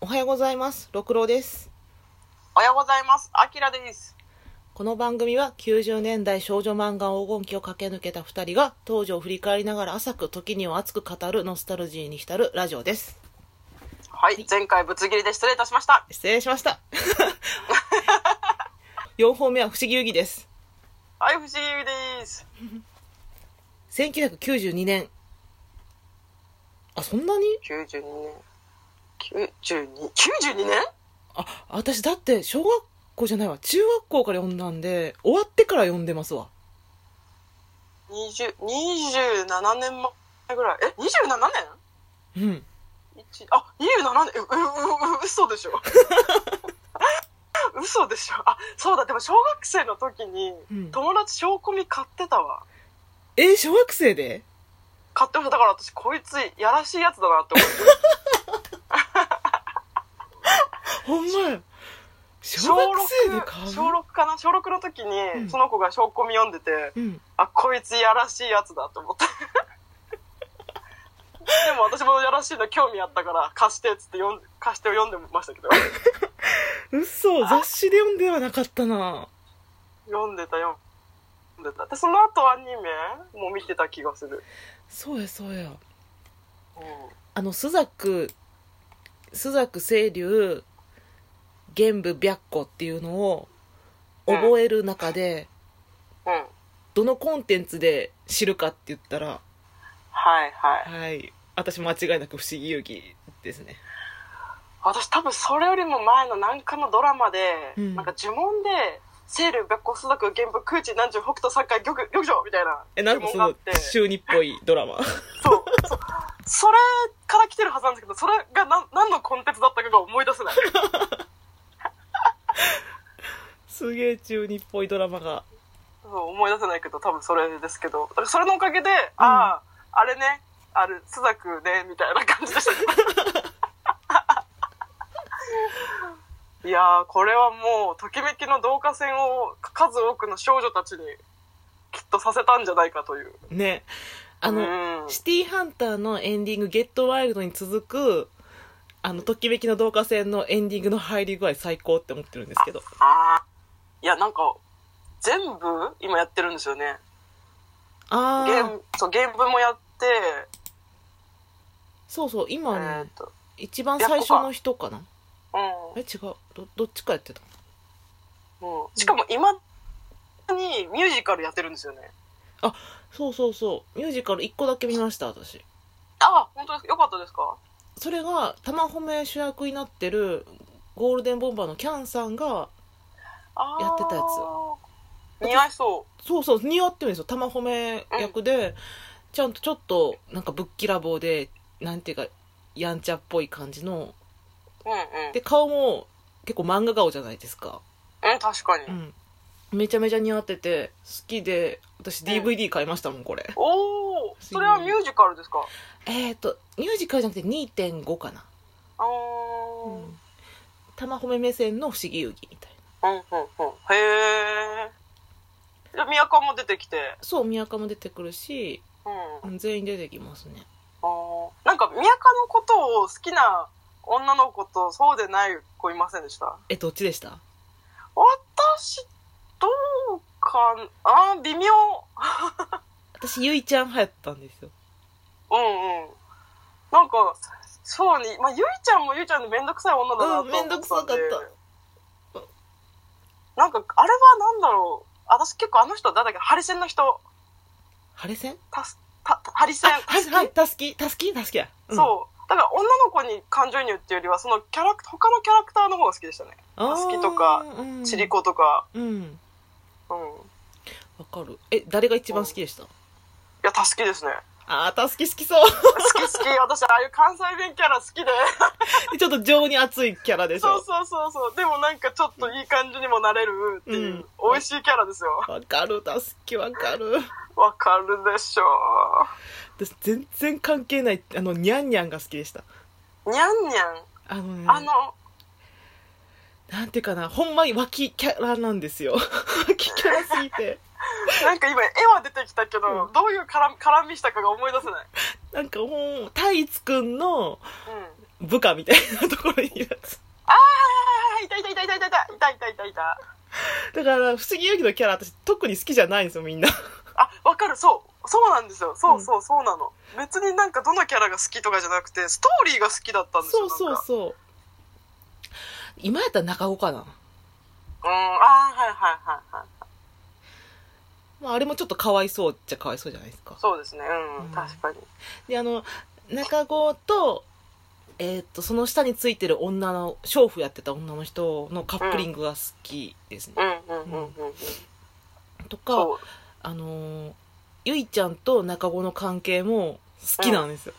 おはようございます六郎ですおはようございます。あきらです。この番組は90年代少女漫画黄金期を駆け抜けた2人が当時を振り返りながら浅く時には熱く語るノスタルジーに浸るラジオですはい、前回ぶつ切りで失礼いたしました。失礼しました 4本目は不思議遊戯ですはい、不思議です。 1992年あそんなに92年。92、92年あ私だって小学校じゃないわ中学校から読んだんで終わってから読んでますわ ?20、27年前ぐらい。え、27うん年一あ、27年。えう、う、う、嘘でしょ。嘘でしょ。あ、そうだ、でも小学生の時にうん友達小コミ買ってたわ。えー小学生で買ってました。だから私、こいつ、やらしいやつだなって思って。ほんまや 小小学生で買6、う小6かな小6の時うんに、その子が小コミ読んでて、うんあこいつやらしいやつだと思 ってでも私もやらしいの興味あったから貸してっつって読ん貸してを読んでましたけど嘘雑誌で読んではなかったな読んでたよ読んでたでその後アニメも見てた気がする、そうやそうやうん、あの朱雀朱雀清流玄武白虎っていうのを覚える中で、うんどのコンテンツで知るかって言ったらはいはいはい私間違いなく不思議遊戯ですね私多分それよりも前の何かのドラマで、うんなんか呪文で「清流白虎朱雀玄武空知南中北斗三海玉玉城」みたいなえなんかそ呪文があのって中二っぽいドラマ そうそうそれから来てるはずなんですけどそれが何何のコンテンツだったかが思い出せないすげえ中二っぽいドラマがそう思い出せないけど多分それですけどだからそれのおかげで、あああれねあれ朱雀ねみたいな 感じでしたいやーこれはもうときめきの導火線を数多くの少女たちにきっとさせたんじゃないかというねあの、うんシティーハンターのエンディング「ゲットワイルド」に続くあのときめきの導火線のエンディングの入り具合最高って思ってるんですけどああいやなんか全部今やってるんですよねあゲーあムそうゲームもやってそうそうえ今ーっねと一番最初の人かなうえん違うどどっちかやってたもうしかも今にミュージカルやってるんですよね。そうそうそうミュージカル1個だけ見ました私あ、本当ですか。よかったですか。それが玉褒め主役になってるゴールデンボンバーのキャンさんがあーやってたやつ似合いそそうそう似合ってるんですよ玉褒め役で、ちゃんとちょっとなんかぶっきらぼうでなんていうかやんちゃっぽい感じのう。うんうん。で顔も結構漫画顔じゃないですか、うん、確かに。うん、めちゃめちゃ似合ってて好きで私ん DVD 買いましたもんこれ、おお、それはミュージカルですか。えっ、とミュージカルじゃなくて2.5かな、あーううん、うんん、玉褒め目線の不思議遊戯みたいなうんうん。へえ。で、宮川も出てきて。そう宮川も出てくるしうん。うあん全員出てきますねーなんか宮川のことを好きな女の子とそうでない子いませんでした。えどっちでした私どうかなあー微妙。私ゆいちゃん流行ったんですようんうん。なんか、そうね、まあ、ゆいちゃんもゆいちゃんでめんどくさい女だなと思うっんてめんどくさかったなんか、あれはなんだろう。私結構あの人、誰だっけ、ハリセンの人、ハレセンたす、た、たハリセン。はいはいたすきたすきたすきや、うん、そう。だから女の子に感情移入っていうよりは、そのキャラクター、他のキャラクターの方が好きでしたね。あーたすきとかうんちりことか。うんうん。いわかるえ誰が一番好きでしたや、たすきですね。あーたすき好きそう好き好 き。私、ああいう関西弁キャラ好きで。で ちょっと情に熱いキャラでしそうょそうそうそう。でもなんかちょっといい感じにもなれるっていう、うん美味しいキャラですよ。わかるたすきわかるわかるでしょ私全然関係ないあのニャンニャンが好きでしたう。にゃんにゃん。あのねあの、なんていうかなほんまに脇キャラなんですよ 脇キャラすぎてなんか今絵は出てきたけど、うんどういう絡み絡みしたかが思い出せない。なんかもう太一くんのうん。部下みたいなところになってから、不思議遊戯のキャラ、私特に好きじゃないんですよ、みんな。あ、わかる、そう。そうなんですよ。そうそう、そうなの。別になんかどのキャラが好きとかじゃなくて、ストーリーが好きだったんですそよ。うそうなんかそう。今やったら中尾かな。うん、あーはいはいはいはい。まあ、あれもちょっとかわいそうっちゃかわいそうじゃないですか。そうですね、うん、うん確かに。で、あの、中郷と、えーっと、その下についてる女の、娼婦やってた女の人のカップリングが好きですね。うんうんうんうんうん。とか、そう。あのー、ゆいちゃんと中郷の関係も好きなんですよ。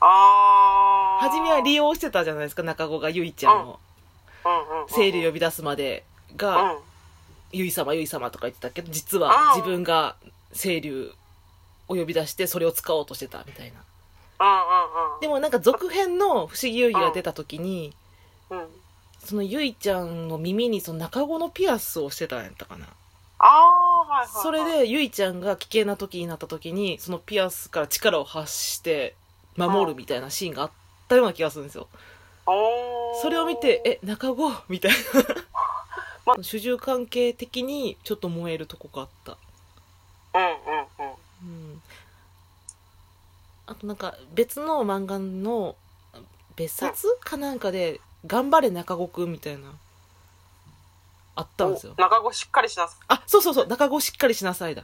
あー。初めは利用してたじゃないですか、中郷がゆいちゃんを。生理よ呼び出すまでうんうが、ん。ゆい様ゆい様とか言ってたけど、実あはー自分が清流を呼び出してそれを使おうとしてたみたいな。でもなんか続編の不思議遊戯が出た時に、うんうんうん。うん。そのゆいちゃんの耳にその中子のピアスをしてたんやったかな。あー、はいはいはい。それ、でゆいちゃんが危険な時になった時に、そのピアスから力を発して守るみたいなシーンがあったような気がするんですよ。おーそれを見て、、え、中子 みたいな。主従関係的にちょっと燃えるとこがあった。うんうんうん。うんあとなんか別の漫画の別冊かなんかで「頑張れ中子くん」みたいなあったんですよお中子しっかりしなさい。あそうそうそう中子しっかりしなさいだ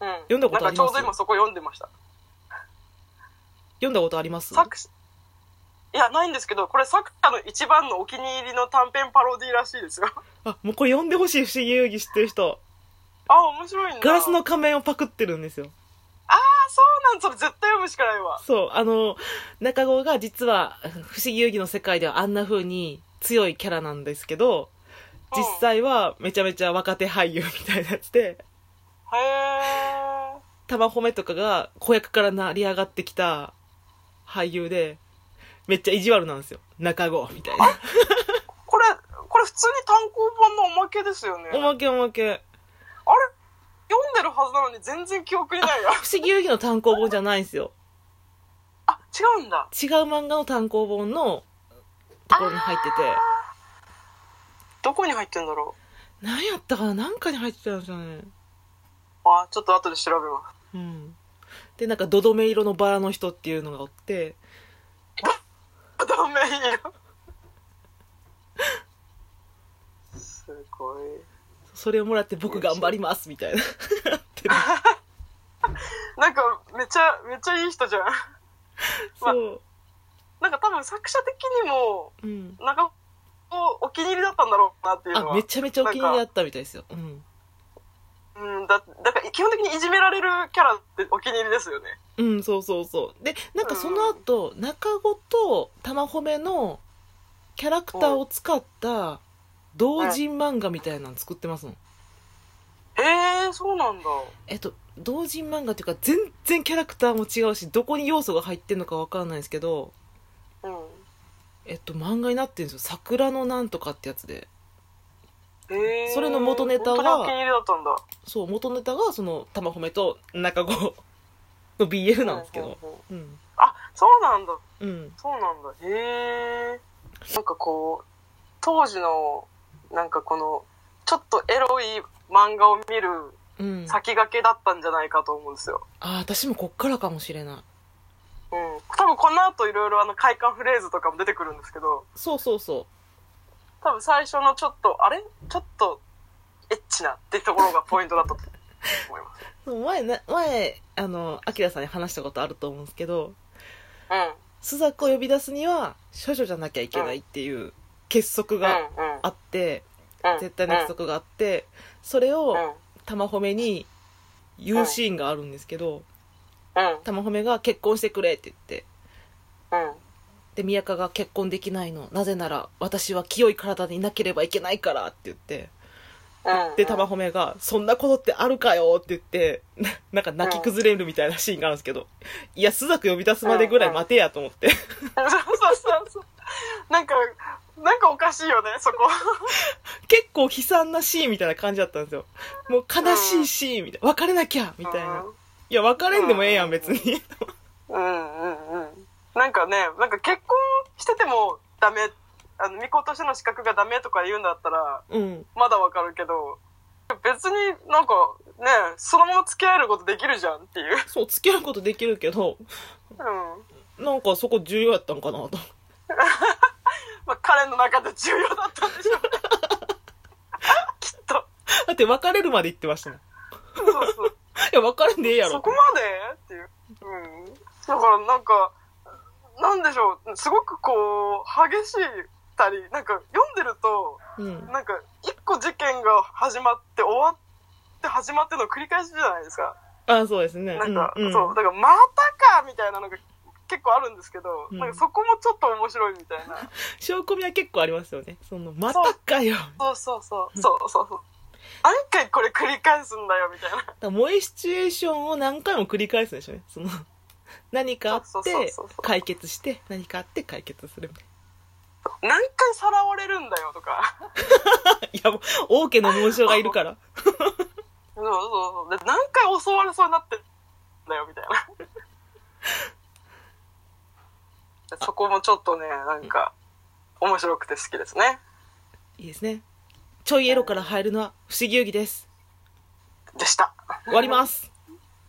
うん。読んだことありますなんかちょうど今そこ読んでました。読んだことあります作者、いや、ないんですけど、これ作者の一番のお気に入りの短編パロディらしいですよ。あもうこれ読んでほしい不思議遊戯知ってる人 あ、面白いんだ。ガラスの仮面をパクってるんですよあ、そうなんそれ絶対読むしかないわ。そうあの中子が実は不思議遊戯の世界ではあんな風に強いキャラなんですけど実際はめちゃめちゃ若手俳優みたいなやつでへえ。玉褒めとかが子役から成り上がってきた俳優で、めっちゃ意地悪なんですよ。中郷みたいな。これ、これ普通に単行本のおまけですよね。あおれまけおまけ。読んでるはずなのに全然記憶にないや。不思議遊戯の単行本じゃないんですよ。 あ、違うんだ。違う漫画の単行本のところに入ってて。どこに入ってんだろ何やったかななんかに入ってたんですよね。う。あ、ちょっと後で調べます。うん。で、なんか、どどめ色のバラの人っていうのがおって、ダメよ。すごい。それをもらって僕頑張りますみた いな。やってるなんか、めちゃ、めちゃいい人じゃん。そう。なんか多分作者的にも、うん。なんか、お気に入りだったんだろうなっていうのあ、は。めちゃめちゃお気に入りだったみたいですよ。うん。うん、だ、だから基本的にいじめられるキャラってお気に入りですよね。うん、そうそうそう。で、なんかその後、中子と玉褒めのキャラクターを使った同人漫画みたいなの作ってますの。へえ、そうなんだ。えっと、同人漫画っていうか全然キャラクターも違うし、どこに要素が入ってんのかわからないんですけど、うん。えっと、漫画になってるんですよ。桜のなんとかってやつで。へえ。それの元ネタは本当にお気に入りだったんだ。そう、元ネタがその玉褒めと中子の BL なんですけど。うんうんうんうん。あ、そうなんだ。うん。そうなんだ。へえ。なんかこう、当時の、なんかこの、ちょっとエロい漫画を見るうん。あ先駆けだったんじゃないかと思うんですよ。あー、私もこっからかもしれない。うん、多分この後いろいろあの快感フレーズとかも出てくるんですけど、そうそうそう。多分最初のちょっと、あれちょっと、エッチなってところがポイントだったと思います。そう前な前あのアキラさんに話したことあると思うんですけどうん。スザクを呼び出すには処女じゃなきゃいけないっていう結束がうん、うんあって、うん。絶対の約束があってそれうん。を玉褒めに言うシーンがあるんですけどうん。玉褒めが「結婚してくれ」って言ってうん。で宮川が「結婚できないのなぜなら私は清い体でいなければいけないから」って言ってうん。で玉褒めが「そんなことってあるかよ」って言って ななんか泣き崩れるみたいなシーンがあるんですけどいやスザク呼び出すまでぐらい待てやと思って。 そうそうそうそう。なんか、なんかおかしいよね、そこ。結構悲惨なシーンみたいな感じだったんですよ。もう悲しいシーンみたいな。別れなきゃみたいな。いや、別れんでもええやん、別に。 うんうんうん。なんかね、なんか結婚しててもダメ、あの巫女としての資格がダメとか言うんだったらうんまだわかるけど別になんかねそのまま付き合えることできるじゃんっていう、そう付き合うことできるけどうんなんかそこ重要やったんかなと まあ、彼の中で重要だったんでしょうね きっとだって別れるまで言ってましたもんいそうそうや別れんでええやろそこまでっていう。うん。だからなんか、なんでしょう、すごくこう、激しいたり、なんか読んでると、うんなんか一個事件が始まって終わって始まっての繰り返しじゃないですか。あそうですねなんか、うんうん、そう、だからまたかみたいなのが結構あるんですけど、うんなんかそこもちょっと面白いみたいな。証拠みは結構ありますよねそのまたかよそうそうそう、そうそうそう。何回これ繰り返すんだよみたいな。だから萌えシチュエーションを何回も繰り返すんでしょうねその 何かあっそうそうてそうそう解決して何かあって解決する みたい何回さらわれるんだよとか。ないやもう王家の紋章がいるからそうそうそう。で何回襲われそうになってんだよ、みたい な。そこもちょっとね、なんか、面白くて好きですね。いいですねちょいエロから入るのは不思議遊戯ですでした。終わります